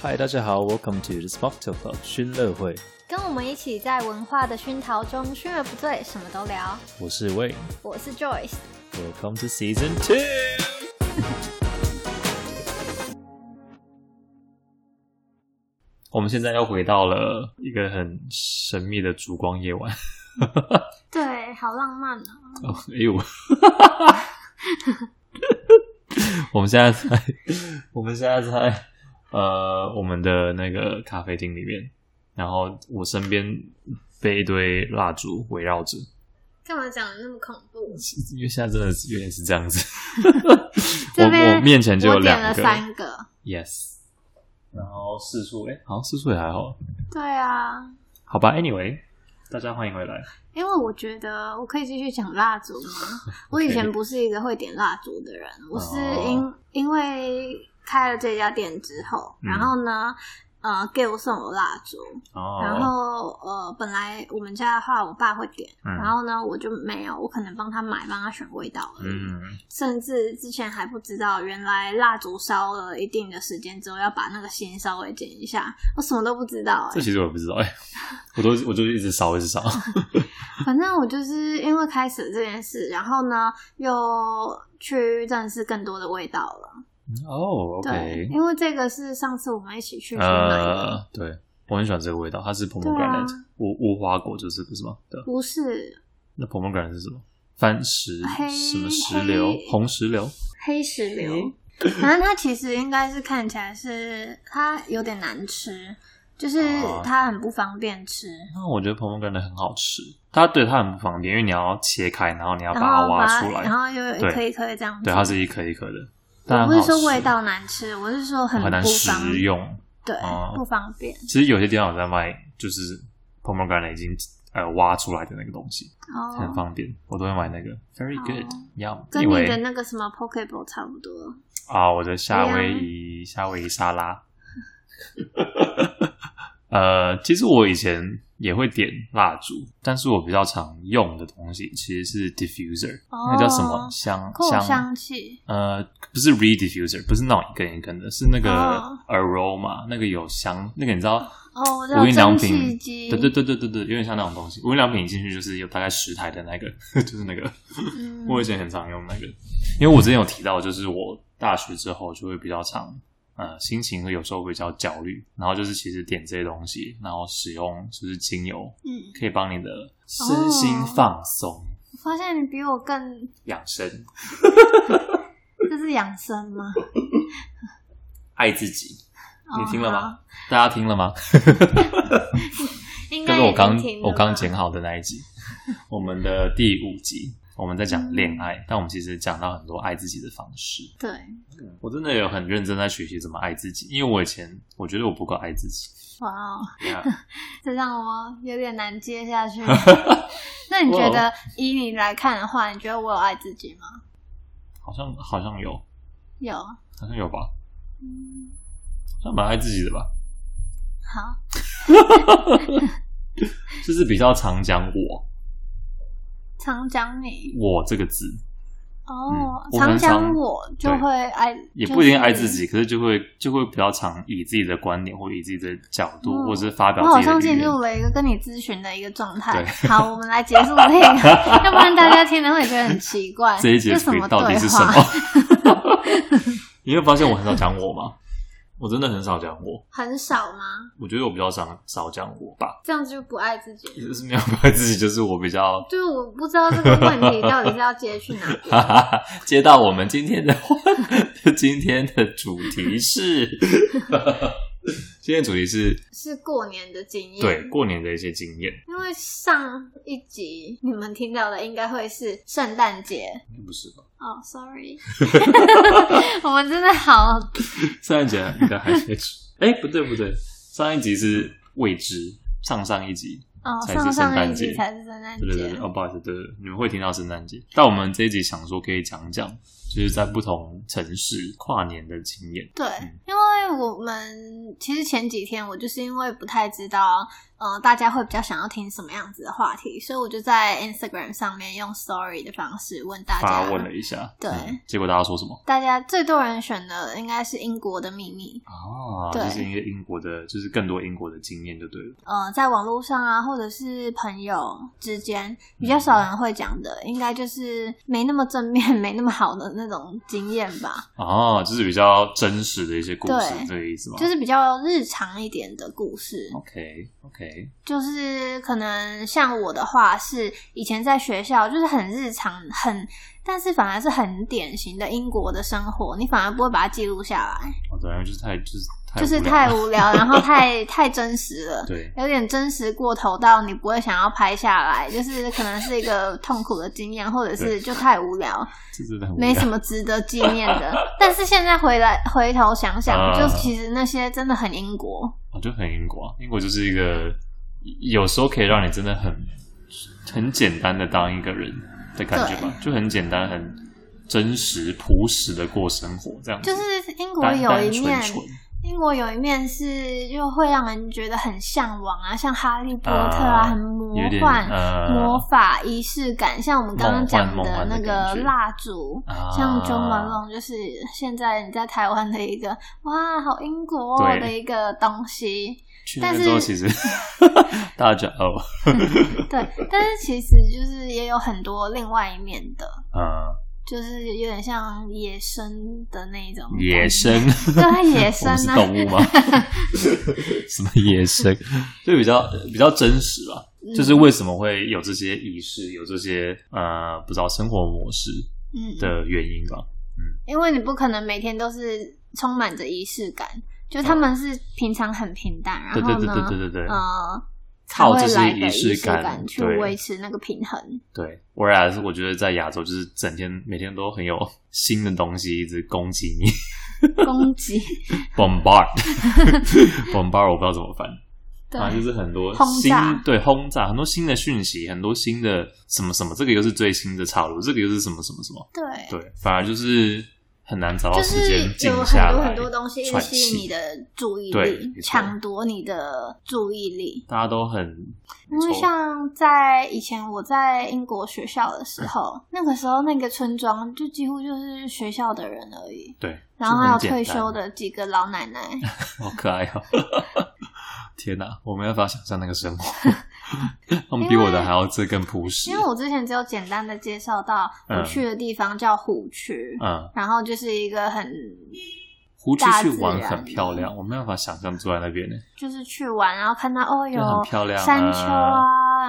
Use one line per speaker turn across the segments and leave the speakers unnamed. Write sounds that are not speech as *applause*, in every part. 嗨，大家好，Welcome to the Smoke Talk Club 熏乐会，
跟我们一起在文化的熏陶中，熏而不醉，什么都聊。
我是 Wayne。
我是 Joyce，
Welcome to Season Two。我们现在又回到了一个很神秘的烛光夜晚。
对，好浪漫啊！
哦，哎呦！ *laughs* 我们现在在， *laughs* 我们现在在呃我们的那个咖啡厅里面，然后我身边被一堆蜡烛围绕着，
干嘛讲的那么恐怖？
因为现在真的是有点是这样子。我
*laughs* 这边
我面前就有
我点
两
了
个
三个。
Yes，然后四处哎、好像四处也还好，
对啊，
好吧。Anyway，大家欢迎回来。
因为我觉得我可以继续讲蜡烛
*laughs*
吗？我以前不是一个会点蜡烛的人，我是
哦
因、因为开了这家店之后，
嗯
然后呢，呃，给我送我蜡烛，
哦，
然后呃，本来我们家的话，我爸会点，
嗯
然后呢，我就没有，我可能帮他买，帮他选味道而已。
嗯，
甚至之前还不知道，原来蜡烛烧了一定的时间之后，要把那个芯稍微剪一下，我什么都不知道、
这
欸。
其实我也不知
*laughs*
道哎、我都我就一直烧一直烧。
欸反正我就是因为开始这件事，然后呢，又去认识更多的味道了。
哦
对
，OK，，
因为这个是上次我们一起去去买的，
呃，对我很喜欢这个味道，它是 pomegranate，、
对啊
无无花果就是不是吗？对，
不是
那 pomegranate 是什么？番石
黑
什么石榴？
黑
红石榴？
黑石榴。反正它其实应该是看起来是它有点难吃，就是
哦
它很不方便吃，
那我觉得 pomegranate 很好吃，它对它很不方便，因为你要切开，然后你要把
然
它
后
挖
把它
出来，
然后又有
对
一颗一颗的这样子。
对，它是一颗一颗的，但
我不是
很好
说
吃
味道难吃，我是说很
很难
不方
食用。
对、
哦
不方便
其实有些地方有在卖，就是 pomegranate 已经呃挖出来的那个东西，很
哦，
方便，我都会买那个。Very
哦
good，要
跟
因
你的
为
那个什么 Pokeball 差不多。
啊，我的夏威夷夏威夷沙拉。呃，其实我以前也会点蜡烛，但是我比较常用的东西其实是 diffuser，、
哦
那叫什么香
扩香器
呃，不是 rediffuser，不是那种一根一根的，是那个
哦
aroma，、那个有香，那个你知道，
哦，我知
无
道
印良
蒸汽
品，
机，
对对对对对对，有点像那种东西。无印良品一进去就是有大概十台的那个， *laughs* 就是那个，
嗯
我以前很常用那个，因为我之前有提到，就是我大学之后就会比较常，呃，心情会有时候会比较焦虑，然后就是其实点这些东西，然后使用就是精油，
嗯，
可以帮你的身心
哦
放松、
我发现你比我更
养生、
这是养生吗？
爱自己。你
哦
听了吗？
好
大家听了吗？
应
就
该
是我刚
已经听了
我刚
吧
剪好的那一集， *laughs* 我们的第五集，我们在讲恋爱，
嗯
但我们其实讲到很多爱自己的方式。
对
我真的有很认真在学习怎么爱自己，因为我以前我觉得我不够爱自
*laughs*
己。哎
哇哦，
Yeah，
这让我有点难接下
*laughs*
去。那你觉
哇哦
得以你来看的话，你觉得我有爱自己吗？
好像好像有，
有，
好像有吧，
嗯，
好像蛮爱自己的吧，
好，
就是比较常讲我
常讲你
我这个字，
哦
嗯，我
常
很
讲
常
我就
对
会爱，
也
就
不一定爱自
是
己，可是就会就会比较常以自己的观点或以自己的角度，
嗯
或者是发表
我好
自己
像
的语
进
言。
入了一个跟你咨询的一个状态。
对
*laughs* 好，我们来结束这
*laughs*
个，要不然大家听了会觉得很奇怪，
这一节
哎这什么
到底
对
是什
话
么？？
*laughs*
你会发现我很少讲我吗？我真的很少讲我，
很少吗？
我觉得我比较少少讲我吧，
这样子就不爱自己
也
了。
就是没有 *laughs* 怪自己，就是我比较
就是我不知道这个问题到底是要接去哪
*laughs* 哈哈哈。接到我们今天的 *laughs* 今天的主题是， *laughs* 今天主题是
是过年的经验。
对，过年的一些经验，
因为上一集你们听到的应该会是圣诞节
应该不是吧？
哦、s o r
*laughs*
r y *laughs* 我们真的好
上一集应该还没出， *laughs* 哎、不对不对，上一集是未知，上上一集
哦，
才是
上
圣
上
诞
一
节
集才是圣诞
对对对，
节，
哦，不好意思，对对，对你们会听到圣诞节。但我们这一集想说可以讲讲，就是在不同城市跨年的经验。
对
嗯，
因为我们其实前几天我就是因为不太知道，呃，大家会比较想要听什么样子的话题，所以我就在 Instagram 上面用 Story 的方式问大
发
家。
问了一下，
对
嗯结果大家说什么
大家最多人选的应该是英国的秘密，
啊？
对
就是一个英国的，就是更多英国的经验就对了。
呃，在网络上啊，或者是朋友之
嗯
间，比较少人会讲的，应该就是没那么正面、 *laughs* 没那么好的那种经验吧，
哦、就是比较真实的一些故事
对，
这个意思吗？
就是比较日常一点的故事。
OK OK，
就是可能像我的话，是以前在学校就是很日常，很但是反而是很典型的英国的生活，你反而不会把它记录下来，
哦，对，然后就是太就是太
就
无聊
是太
了
无
*laughs*
聊，然后太太真实了。
对
有点真实过头到你不会想要拍下来，就是可能是一个痛苦的经验，或者是就太无聊，
这真的很无聊
没什么值得纪念的。但是现在回来回头想想，
啊
就其实那些真的很英国，
我就很英国啊，英国就是一个有时候可以让你真的很很简单的当一个人的感觉吧，就很简单、很真实、朴实的过生活，这样子
就是英国
单
有
单
一面
纯，纯
英国有一面是就会让人觉得很向往啊，像哈利波特啊，
啊
很魔
有点
幻。
呃
魔法仪式感，像我们刚刚讲
梦幻梦
那
幻的
个
感觉
蜡烛，
啊
像 John Malone 就是现在你在台湾的一个哇，好英国、哦
对、
的一个东
*laughs*
西。
去那
但
边
是
之后，其实 *laughs* 大家哦，
对，但是其实就是也有很多另外一面的，
呃，
就是有点像野生的那一种
野生，
感觉，对野
我
生
们是
啊，
动物吗？
*laughs*
什么野生？就比较比较真实啊啦。
嗯
就是为什么会有这些仪式，有这些呃，不知道生活模式
嗯，
的原因吧？
因为你不可能每天都是充满着仪式感，就他们是平常很平淡，然
哦对对
后
对
呢，
对对对对
呃，才
靠
会
这些
来的
仪
式
式感
去
对
维持那个平衡。 *laughs*
对，whereas 我觉得在亚洲就是整天每天都很有新的东西一直攻击你 *laughs*
攻击， *laughs*
，bombard *laughs* bombard 我不知道怎么翻，
对
反正啊就是很多
轰
新
炸
对轰炸很多新的讯息，很多新的什么什么，这个又是最新的潮流，这个又是什么什么什么，
对，
对，反而就是很难找到
就
时间
是
静
有很
下
多
来
很多东西一直
喘
吸引你
气。
的注意
对
力，
没错
抢夺你的注意力。
大家都很
因为
错
像在以前我在英国学校的时候，那个时候那个村庄就几乎就是学校的人而已，
对，
然后还有
就
退
很简单
休，的几个老奶奶，
好可爱哦！ *laughs* 天哪，我没办法想象那个生活，
*laughs*
他们比我的还要这更朴实
因。为我之前只有简单的介绍到我
嗯
去的地方叫湖区，
嗯，
然后就是一个很
湖区
大
去
自
玩
然
很漂亮，我没办法想象住在那边呢，
就是去玩，然后看到哦
就很
有
漂亮，
山丘啊，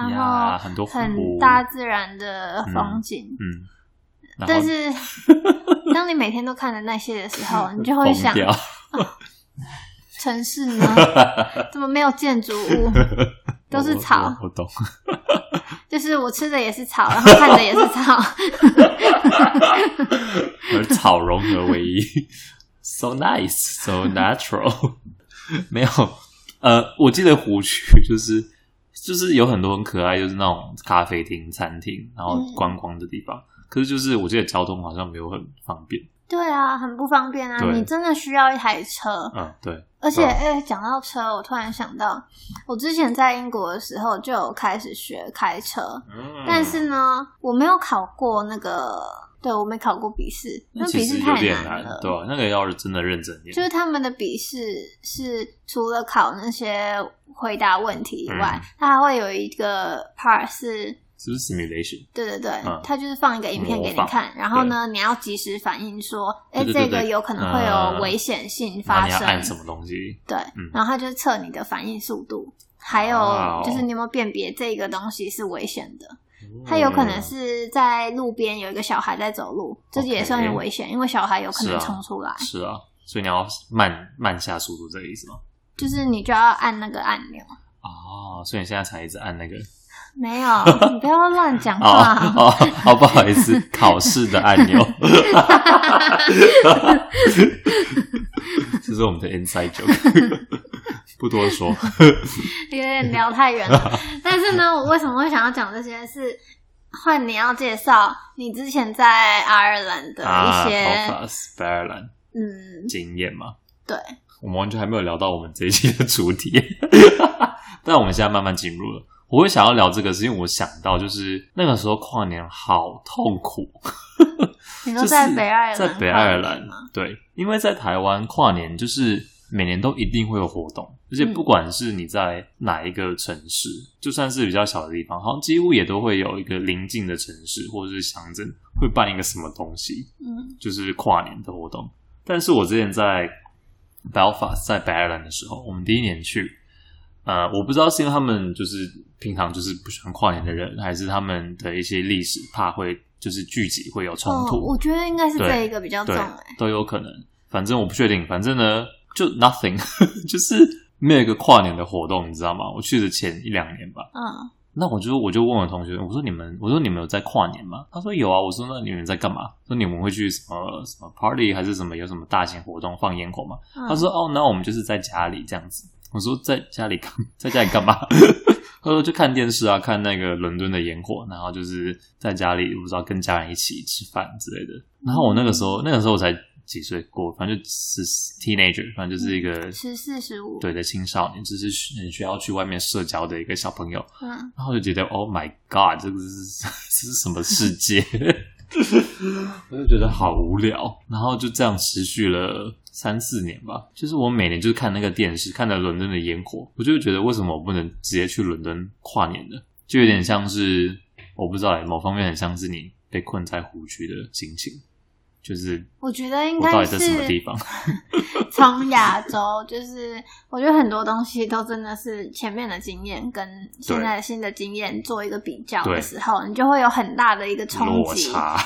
呃、
然
呀
后
很多湖
很大自然的风景。
嗯，然后
但是
*laughs*
当你每天都看着那些的时候，你就会
疯
想，
掉，
城市
*laughs*
呢怎么没有建筑物？都是草
我我我懂，
就是我吃的也是草，然后看的也是草。 *laughs*
*laughs* 而草融合为一，so nice，so natural。没 *laughs* 有，呃，我记得湖区就是就是有很多很可爱，就是那种咖啡厅、餐厅，然后
嗯
观光的地方。可是就是我记得交通好像没有很方便。
对啊，很不方便啊！
对
你真的需要一台车，
嗯，对，
而且，
嗯
哎、讲到车，我突然想到，我之前在英国的时候就有开始学开车，
嗯
但是呢，我没有考过那个，对我没考过笔试，
那
那
其
笔
实
试
有
太
点
了。
对吧、啊那个要是真的认真念，
就是他们的笔试是除了考那些回答问题以外
嗯，
它、还会有一个 part 是，
就是 simulation，
对对对
嗯，
它、就是放一个影片给你
模
看，然后呢，你要及时反应说，哎、
对对对
这个
对
有可能会有危险性
然后
发
你
生，
要按什么东西？
对，
嗯
然后它就测你的反应速度，还
哇
有
哦
就是你有没有辨别这个东西是危险的。
嗯
它有可能是在路边有一个小孩在走路，这
OK
也算是危险，因为小孩有可
是
能
啊
冲出来，
是啊，所以你要慢慢下速度，这个意思吗？
就是你就要按那个按钮。
哦，所以你现在才一直按
*laughs*
那个 *laughs*
没有，你不要乱讲
哦
话。
哦哦，不好意思，考试的按钮，这是我们的 inside joke，不 *laughs* 多说。
有点聊太远
*laughs*
了。但是呢，我为什么会想要讲这些是？换你要介绍你之前在爱尔兰的
啊
一些、
，Focus 爱尔兰
嗯，
经验嘛，
对，
我们完全还没有聊到我们这一期的主题，但我们现在慢慢进入了。我会想要聊这个，是因为我想到就是那个时候跨年好痛苦，
你
就
说
是
在北爱尔兰，
在北爱尔兰，对，因为在台湾跨年就是每年都一定会有活动，而且
嗯
不管是你在哪一个城市，就算是比较小的地方，好像几乎也都会有一个邻近的城市或者是乡镇会办一个什么东西，
嗯
就是跨年的活动。但是我之前在 Belfast 在北爱尔兰的时候，我们第一年去，呃，我不知道是因为他们就是平常就是不喜欢跨年的人，还是他们的一些历史怕会就是聚集会有冲
哦
突。，
我觉得应该是
对
这一个比较重
对
哎，，
都有可能。反正我不确定，反正呢，就 nothing，就是 *laughs* 没有一个跨年的活动，你知道吗？我去的前一两年吧，
嗯，
那我就我就问我同学，我说你们，我说你们有在跨年吗？他说有啊。我说那你们在干嘛？说你们会去什么什么 party 还是什么有什么大型活动放烟火吗？
嗯
他说哦，那我们就是在家里这样子。我说在家里干， *laughs* 在家里干嘛？他说就看电视啊，看那个伦敦的烟火，然后就是在家里，我不知道跟家人一起吃饭之类的。然后我那个时候，那个时候我才几岁过，反正就是 teenager，反正就是一个
十四十五，
对的青少年，就是很需要去外面社交的一个小朋友。
嗯，
然后我就觉得，Oh my God，这个是这是什么世界？我就觉得好无聊。然后就这样持续了三四年吧。就是我每年就是看那个电视，看着伦敦的烟火，我就会觉得为什么我不能直接去伦敦跨年呢？就有点像是我不知道、欸，某方面很像是你被困在湖区的心情，就是
我觉得应
我到
该
底在什么地
是
方？
从亚洲，就是我觉得很多东西都真的是前面的经验跟现在新的经验做一个比较
对
的时候，你就会有很大的一个冲
落
击，
差，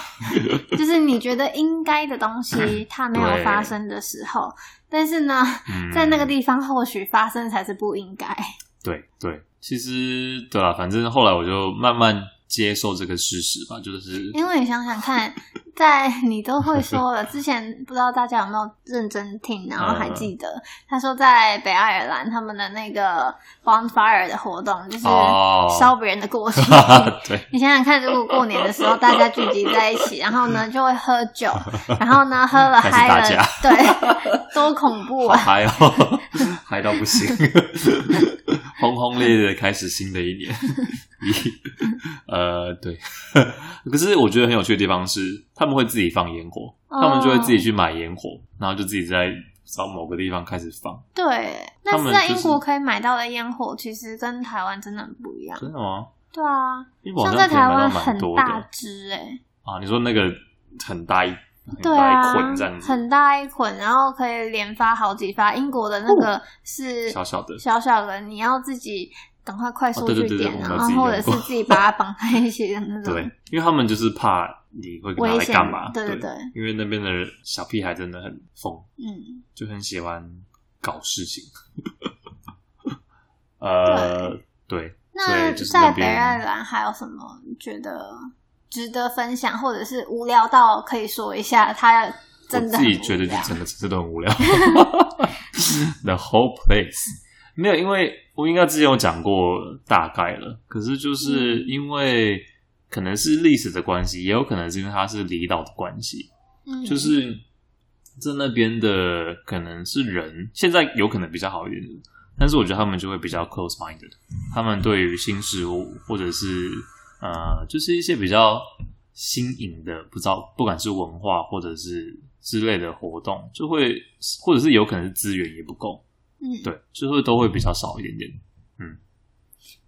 就是你觉得应该的东西它没有发生的时候，但是呢，
嗯
在那个地方或许发生才是不应该。
对对，其实对啦，反正后来我就慢慢接受这个事实吧，
*laughs*
就是
因为你想想看，在你都会说了，之前不知道大家有没有认真听，然后还
嗯
记得他说在北爱尔兰他们的那个 bonfire 的活动就是
哦
烧别人的
*laughs*
过去。
哈哈，对
你想想看，如果过年的时候大家聚集在一起，然后呢就会喝酒，然后呢喝了
开始打
嗨
架
了，
*laughs*
对，多恐怖
好 *laughs*
啊！
嗨哦，嗨到不行， *laughs* 轰轰烈烈的开始新的一
*laughs*
年。呃，对，可是我觉得很有趣的地方是，他们会自己放烟火，他们就会自己去买烟火，然后就自己在找某个地方开始放。
嗯对，
他
但
们
是在
就是
英国可以买到的烟火，其实跟台湾真的很不一样。
真的吗？
对啊，
因为我好
像在
像可以买
台
到
湾
蛮
很
多的
大只哎、
啊。你说那个很大一很
对
大
啊
一捆这样，子，
很大一捆，然后可以连发好几发。英国的那个是
哦小小的，
小小的，你要自己赶快快
哦
速
对对
去
对对
点，
我
啊
们
然
自己
后或者
用
是
过
自己把它绑在一起的那种。
*laughs* 对，因为他们就是怕你会拿来干嘛？
嗯危险对
对
对对
因为那边的小屁孩真的很疯，
嗯，
就很喜欢搞事
*laughs*
情。呃，对，所
那
以就是
在
那
北
边
爱尔兰还有什么你觉得值得分享，或者是无聊到可以说一下？他真的
我自己
很无
觉得就
聊
整个城市都很无聊 *laughs* ，the whole place 没有，因为我应该之前有讲过大概了，可是
嗯
就是因为可能是历史的关系，也有可能是因为它是离岛的关系，
嗯
就是在那边的可能是人，现在有可能比较好一点，但是我觉得他们就会比较 close minded，他们对于新事物或者是呃，就是一些比较新颖的，不知道不管是文化或者是之类的活动，就会或者是有可能是资源也不够，
嗯，
对，就会都会比较少一点点，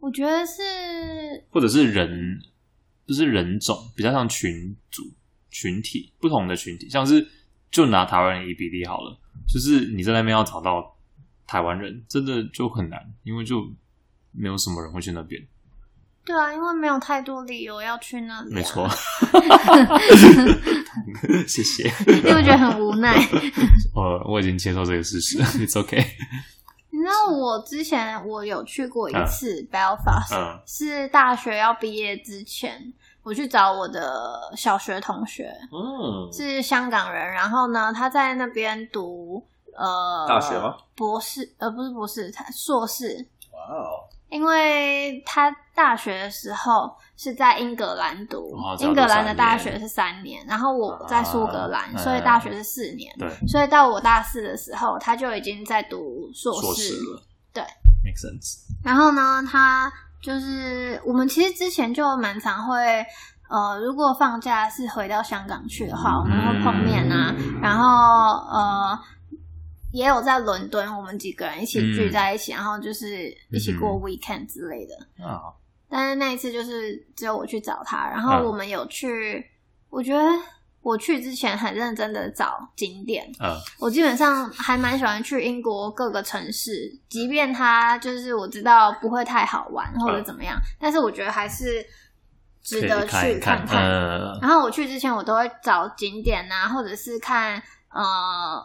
我觉得是
或者是人，就是人种比较像群组、群体不同的群体，像是就拿台湾人以比例好了，就是你在那边要找到台湾人，真的就很难，因为就没有什么人会去那边。
对啊，因为没有太多理由要去那里、啊，
没错， *laughs* 谢谢。哦
你会觉得很无奈。
我我已经接受这个事实，It's OK。
你知道我之前我有去过一次 Belfast，、
嗯
是大学要毕业之前，我去找我的小学同学，
嗯，
是香港人，然后呢，他在那边读呃呃
大学吗？
博士呃不是博士，他硕士。
哇哦，
因为他大学的时候是在英格兰读，
哦只要
英
读
格兰的大
三
学
年
是三年，然后我在苏格兰，
啊
所以大学是四年，
对，
所以到我大四的时候，他就已经在读硕
硕士了，
对
，make sense。
然后呢，他就是我们其实之前就蛮常会，呃，如果放假是回到香港去的话，我们会碰面啊，
嗯
然后呃，也有在伦敦，我们几个人一起聚在一起，然后就是一起过
嗯
weekend 之类的。
啊，
但是那一次就是只有我去找他，然后
嗯
我们有去，我觉得。我去之前很认真的找景点，
呃，
我基本上还蛮喜欢去英国各个城市，即便它就是我知道不会太好玩或者怎么样，但是我觉得还是值
可以
得
看
去
一
看看。
呃，
然后我去之前，我都会找景点啊，或者是看呃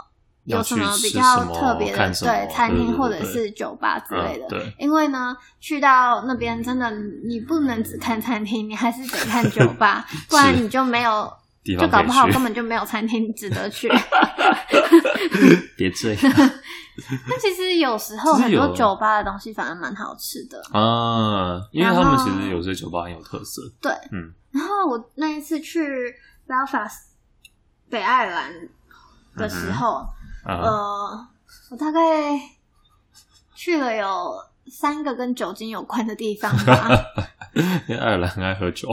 有
要
什
去
么比
吃
较
什么
特别的
看什么
对餐厅
对
或
对
者
对
是酒吧之类的
嗯。对，
因为呢，去到那边真的你不能只看餐厅，你还是得看酒
*laughs*
吧，不然你就没有，
地
就
方
搞
可以
不好根
去，
本就没有餐厅值得去。
别
*laughs*
这样
但其实有时候
其实
很多
有
酒吧的东西反而蛮好吃的。
啊！因为他们
然后
其实有些酒吧很有特色，
对，
嗯。
然后我那一次去 Belfast 北爱尔兰的时候，
嗯啊，
呃，我大概去了有三个跟酒精有关的地方
*laughs*
吧。
因 *laughs* 为爱尔兰很爱喝酒，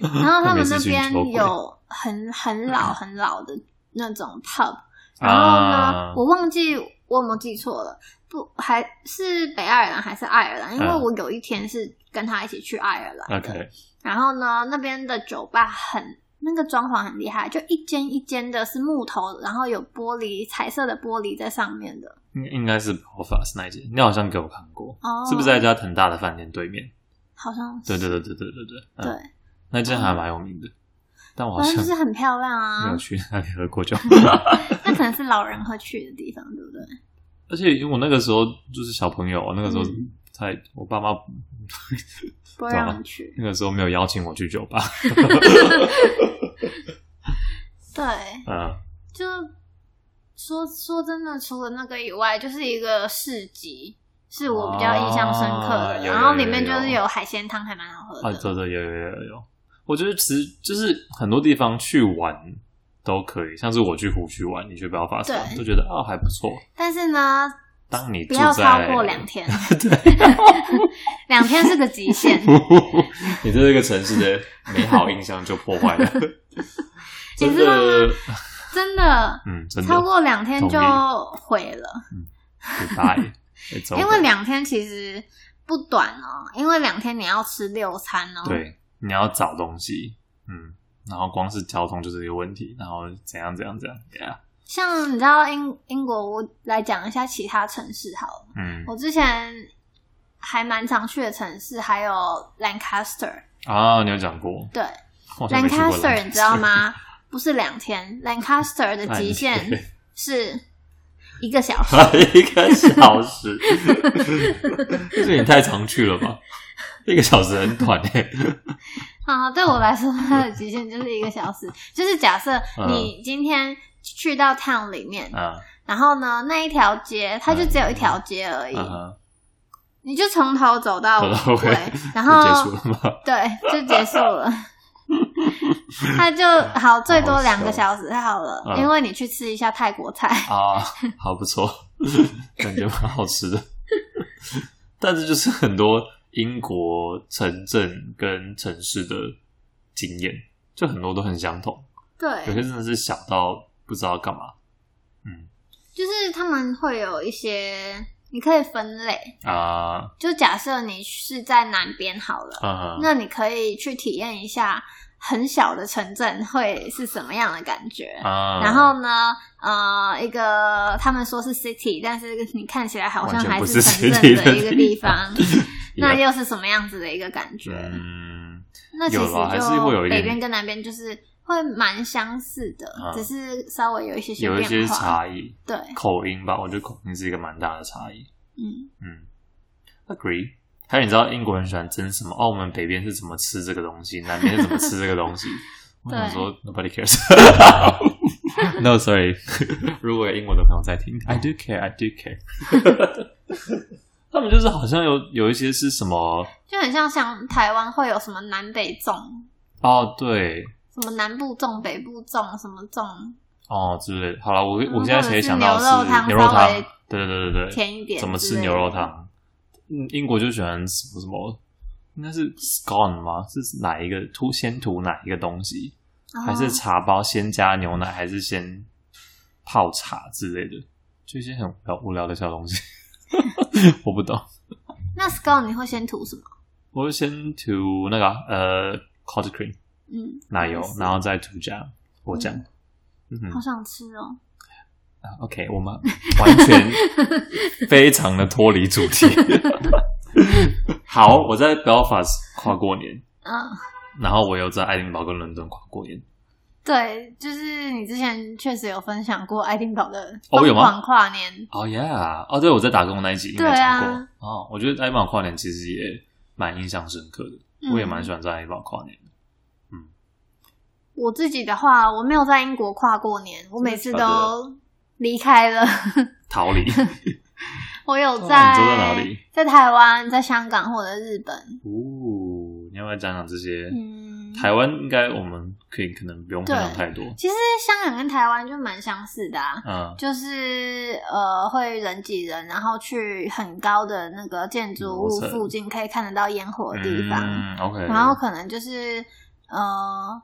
然后他
每
们
次
那
去
边
酒鬼
有很很老很老的那种 pub，然后呢，
啊，
我忘记我有没有记错了，不还是北爱尔兰还是爱尔兰？因为
嗯
我有一天是跟他一起去爱尔兰的
OK，
然后呢，那边的酒吧很那个装潢很厉害，就一间一间的是木头，然后有玻璃彩色的玻璃在上面的。
应应该是 Belfast 那一间，你好像给我看过，
哦，
是不是在一家很大的饭店对面？
好像是
对对对对对对对，嗯
对，嗯
那间还蛮有名的，但我好
反正
像
就是很漂亮
没 *laughs*
啊
有。去那里喝过
*laughs*
酒。
那可能是老人会去的地方，对不对？
而且我那个时候就是小朋友，那个时候
嗯
才我爸妈
不会
对啊
让你去。
那个时候没有邀请我去酒吧，
对，
嗯，
就说说真的，除了那个以外，就是一个市集，是我比较印象深刻的。
啊有有
然后里面
有
就
有
是有海鲜汤，还蛮好喝
啊，
的。
对对，有有有有有，我觉得其实就是很多地方去玩都可以，像是我去湖区玩，你去 Belfast
对
玩，都觉得啊还不错。
但是呢，
当你
不
住
要超
在
过两，天， *laughs* 两天是个
*laughs*
极限。
*laughs* 你对这个城市的美好印象就破
*laughs*
坏了。
你
真
知道
的
吗，真的，
嗯，真的
超过两天就
同
毁了， *laughs*
goodbye，It's
因为
over
两天其实不短哦，因为两天你要吃六餐哦。
对，你要找东西，嗯，然后光是交通就是一个问题，然后怎样怎样怎样，yeah，
像你知道英英国，我来讲一下其他城市好了。
嗯
我之前还蛮常去的城市，还有 Lancaster
啊，你有讲过
对。
我好像没去过
Lancaster 你
*laughs*
知道吗？不是两天，Lancaster 的极
烂
限
铁
是一个小时。
*laughs* 一个小时， *laughs* 这个也太常去了吧？一个小时很短
*laughs*
诶、
啊，对我来说，它的极限就是一个小时。就是假设
嗯
你今天去到 town 里面，
啊
然后呢，那一条街它就只有一条街而已，
啊哈，
你就从头走到
走到
尾
尾，
然
就
后
结束了
*laughs*
吗？
对，就结束
*laughs*
了。他就好，最多两个小时好了，
嗯
因为你去吃一下泰国菜。
啊，好不错，感觉蛮好吃的。 *laughs* 但是就是很多英国城镇跟城市的经验，就很多都很相同，有
对，
些真的是小到不知道干嘛。嗯
就是他们会有一些，你可以分类。
啊
就假设你是在南边好了，
啊
那你可以去体验一下很小的城镇会是什么样的感觉。
啊！
然后呢，呃，一个他们说是 city，但是你看起来好像
完全
还
不是
城镇
city 的
一个地
地
方
*laughs* 方，
那
Yeah
又是什么样子的一个感觉？
嗯
那其实
有啦还是会有
就
一点
北边跟南边就是会蛮相似的，
啊
只是稍微有一些些
有一些
变化。
差异，
对，
口音吧，我觉得口音是一个蛮大的差异。
嗯，
嗯，agree。还有你知道英国人喜欢争什么？哦，我们北边是怎么吃这个东西，南边是怎么吃这个
*laughs*
东西？我想说，nobody cares 。no, *laughs* sorry 。如果有英国的朋友在听，I do care, I do care *laughs* 他们就是好像有有一些是什么
就很像像台湾会有什么南北粽，
哦，对
什么南部粽、北部粽，什么粽
哦之类的。好了，我
嗯
我现在
或者
才
是
想到
牛肉汤
是牛肉
稍
汤
微，
对对对对对，
甜一点，
怎么吃牛肉？汤？嗯，英国就喜欢什么什么，应该是 scone 吗？是哪一个涂先涂哪一个东西？
然后
还是茶包先加牛奶，还是先泡茶之类的，就一些很无聊无聊的小东西， *laughs* 我不懂。
那 scone 你会先涂什么？
我会先涂那个啊呃 cottage cream
嗯，
奶油
我也，是
然后再涂酱果酱。嗯
好
哼
想吃哦。
啊，OK，我们完
*laughs*
全非常的脱离主题。好，我在 Belfast 跨过年，
嗯，
然后我又在爱丁堡跟伦敦跨过年。
对，就是你之前确实有分享过爱丁堡的
哦有吗
疯狂跨年，
哦、yeah，哦，对，我在打工那一集应该
对啊
讲过。哦，我觉得爱丁堡跨年其实也蛮印象深刻的。
嗯
我也蛮喜欢在爱丁堡跨年的。
我自己的话，我没有在英国跨过年，我每次
真的假的
都离开了。 *laughs*
逃离，哦
我有在，
哦你住在哪里？
在台湾，在香港或者日本。
哦，你要不要讲讲这些？
嗯，
台湾应该我们可以可能不用分享
对
太多。
其实香港跟台湾就蛮相似的啊。
嗯，
就是呃，会人挤人，然后去很高的那个建筑物
楼层
附近可以看得到烟火的地方，
嗯，OK。
然后可能就是呃，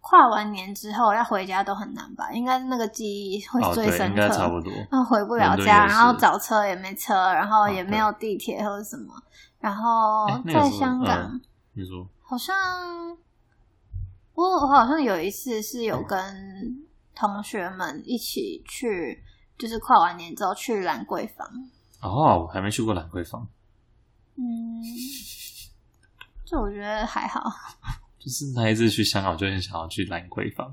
跨完年之后要回家都很难吧，应该那个记忆会
哦，
最
对，
深
应
刻。
该差不多。
然后回不了
伦敦
家，
也是
然后找车也没车，然后也
啊对
没有地铁或者什么，然后
哎那个
哦在
时候
香港、
嗯你说，
好像我我好像有一次是有跟同学们一起去，就是跨完年之后去兰桂坊，
哦，我还没去过兰桂坊，
嗯，这我觉得还好，
就是那一次去香港就很想要去兰桂坊。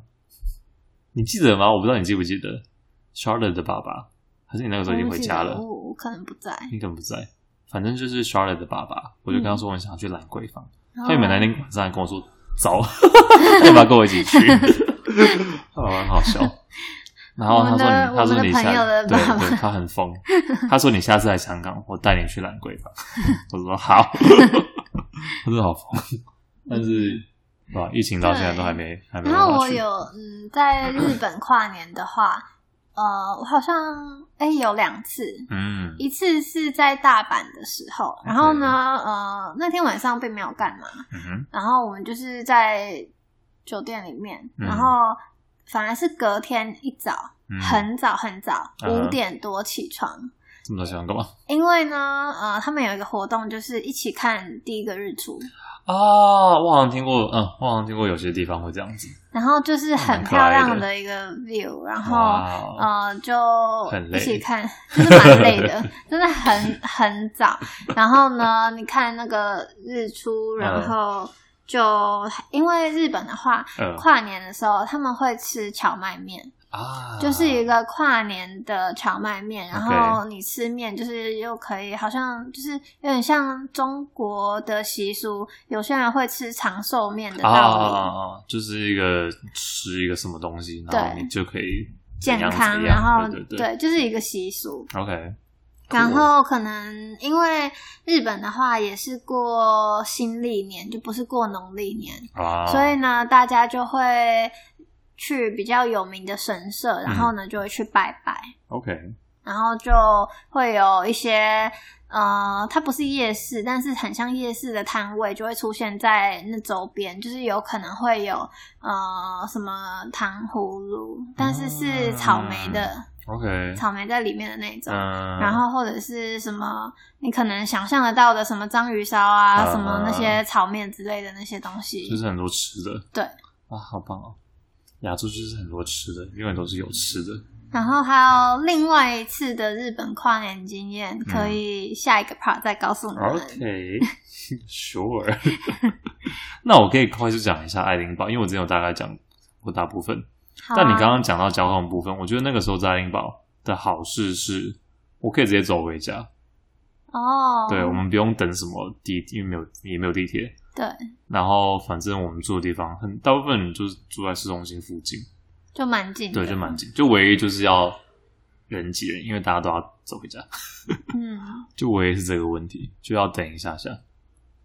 你记得吗？我不知道你记不记得 Charlotte 的爸爸，还是你那个时
我
候已经
不
回
记
家
得
了？
我我可能不在，
你可能不在。反正就是 Charlotte 的爸爸，我就
嗯
跟他说我很想要去兰桂坊。
然
他原本
后
那天晚上还跟我说走， *laughs* 要不要跟我一起去？ *laughs* 好很好笑。然后他说你，他
我们的
说你
我们的朋友
下
的
对
爸爸
对，他很疯。他说你下次来香港，我带你去兰桂
*laughs*
坊。我说好， *laughs* 他真的好疯。但是哇，疫情到现在都还没还没办
然
法
后我
去
有嗯，在日本跨年的话， *clears throat* 呃，我好像哎、有两次，
嗯
一次是在大阪的时候，然后呢，呃，那天晚上并没有干嘛，
嗯哼
然后我们就是在酒店里面，
嗯
然后反而是隔天一早，
嗯，
很早很早，
嗯哼
五点多起床，
这么多想干嘛
因为呢，呃，他们有一个活动，就是一起看第一个日出，
啊？我好像听过，嗯，我好像听过有些地方会这样子。
然后就是很
蛮哦可
漂
爱的
亮的一个 view，然后。
哇哦，
呃，就
很
一
累
起看，就是蛮
*laughs*
累的，真的很很早。然后呢，你看那个日出，然
嗯
后就因为日本的话，
嗯
跨年的时候他们会吃荞麦面，
啊，
就是一个跨年的荞麦面，然
OK
后你吃面就是又可以，好像就是有点像中国的习俗，有些人会吃长寿面的
啊
道理。
啊，就是一个吃一个什么东西，
对
然后你就可以怎
健
样
康，
怎
然
样
后
对对
就是一个习俗。
，OK，
然后可能因为日本的话也是过新历年，就不是过农历年，
啊，
所以呢，大家就会去比较有名的神社，然后呢就会去拜拜，
OK，
然后就会有一些呃，它不是夜市，但是很像夜市的摊位就会出现在那周边，就是有可能会有呃什么糖葫芦，但是是草莓的，
OK，
草莓在里面的那种。
嗯，
然后或者是什么你可能想象得到的什么章鱼烧啊，
嗯
什么那些炒面之类的那些东西，
就是很多吃的，
对
啊，好棒哦，亚洲就是很多吃的，永远都是有吃的，
然后还有另外一次的日本跨年经验，可以下一个 part 再告诉你们。
*laughs* OK，Sure *laughs* 那我可以快速讲一下爱丁堡，因为我之前有大概讲过大部分。
好啊
但你刚刚讲到交通的部分，我觉得那个时候在爱丁堡的好事是，我可以直接走回家。
哦，
对，我们不用等什么地，因为没有也没有地铁。
对，
然后反正我们住的地方很大部分人就是住在市中心附近，
就蛮近的，
对，就蛮近。就唯一就是要人挤人，因为大家都要走回家。
嗯，
就我也是这个问题，就要等一下下。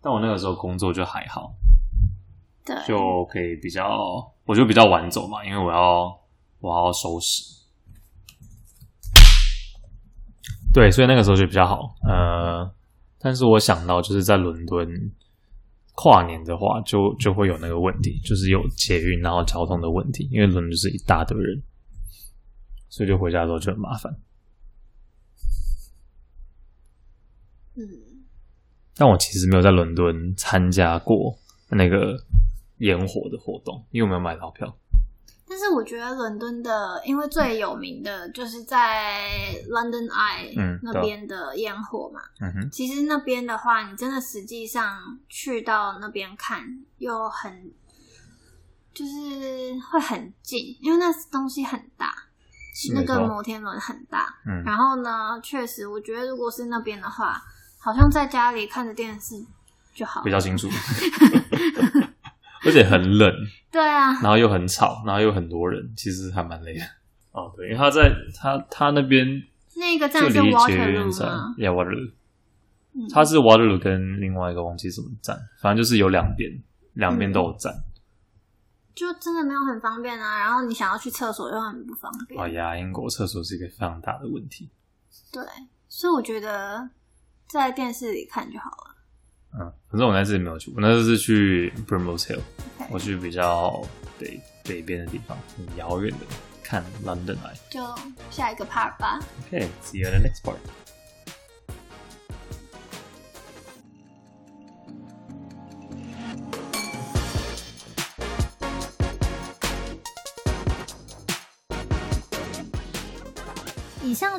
但我那个时候工作就还好，
对，
就可以比较，我就比较晚走嘛，因为我要我要收拾。对，所以那个时候就比较好。呃，但是我想到就是在伦敦跨年的话就，就会有那个问题，就是有捷运然后交通的问题，因为伦敦就是一大堆人，所以就回家的时候就很麻烦。
嗯，
但我其实没有在伦敦参加过那个烟火的活动，因为我没有买到票。
但是我觉得伦敦的，因为最有名的就是在 London Eye
嗯
那
对
边的烟火嘛。
嗯哼，
其实那边的话，你真的实际上去到那边看，又很就是会很近，因为那东西很大，
是
那
没
个
错
摩天轮很大。
嗯，
然后呢，确实，我觉得如果是那边的话，好像在家里看着电视就好
比。较清楚，而且很冷，
对啊，
然后又很吵，然后又很多人，其实还蛮累的。哦，对，因为他在他他那边
那个
就
站是
离捷运
Waterloo
站
吗？
，Yeah Waterloo，
嗯
它是 Waterloo 跟另外一个忘记什么站，反正就是有两边，两边都有站。
嗯就真的没有很方便啊。然后你想要去厕所又很不方便。
哎呀，英国厕所是一个非常大的问题。
对，所以我觉得在电视里看就好了。
嗯，反正我那次没有去，我那次是去 Brimrose Hill，
OK
我去比较北北边的地方，很遥远的看 London Eye。
就下一个 part 吧。
Okay, see you in the next part.
以上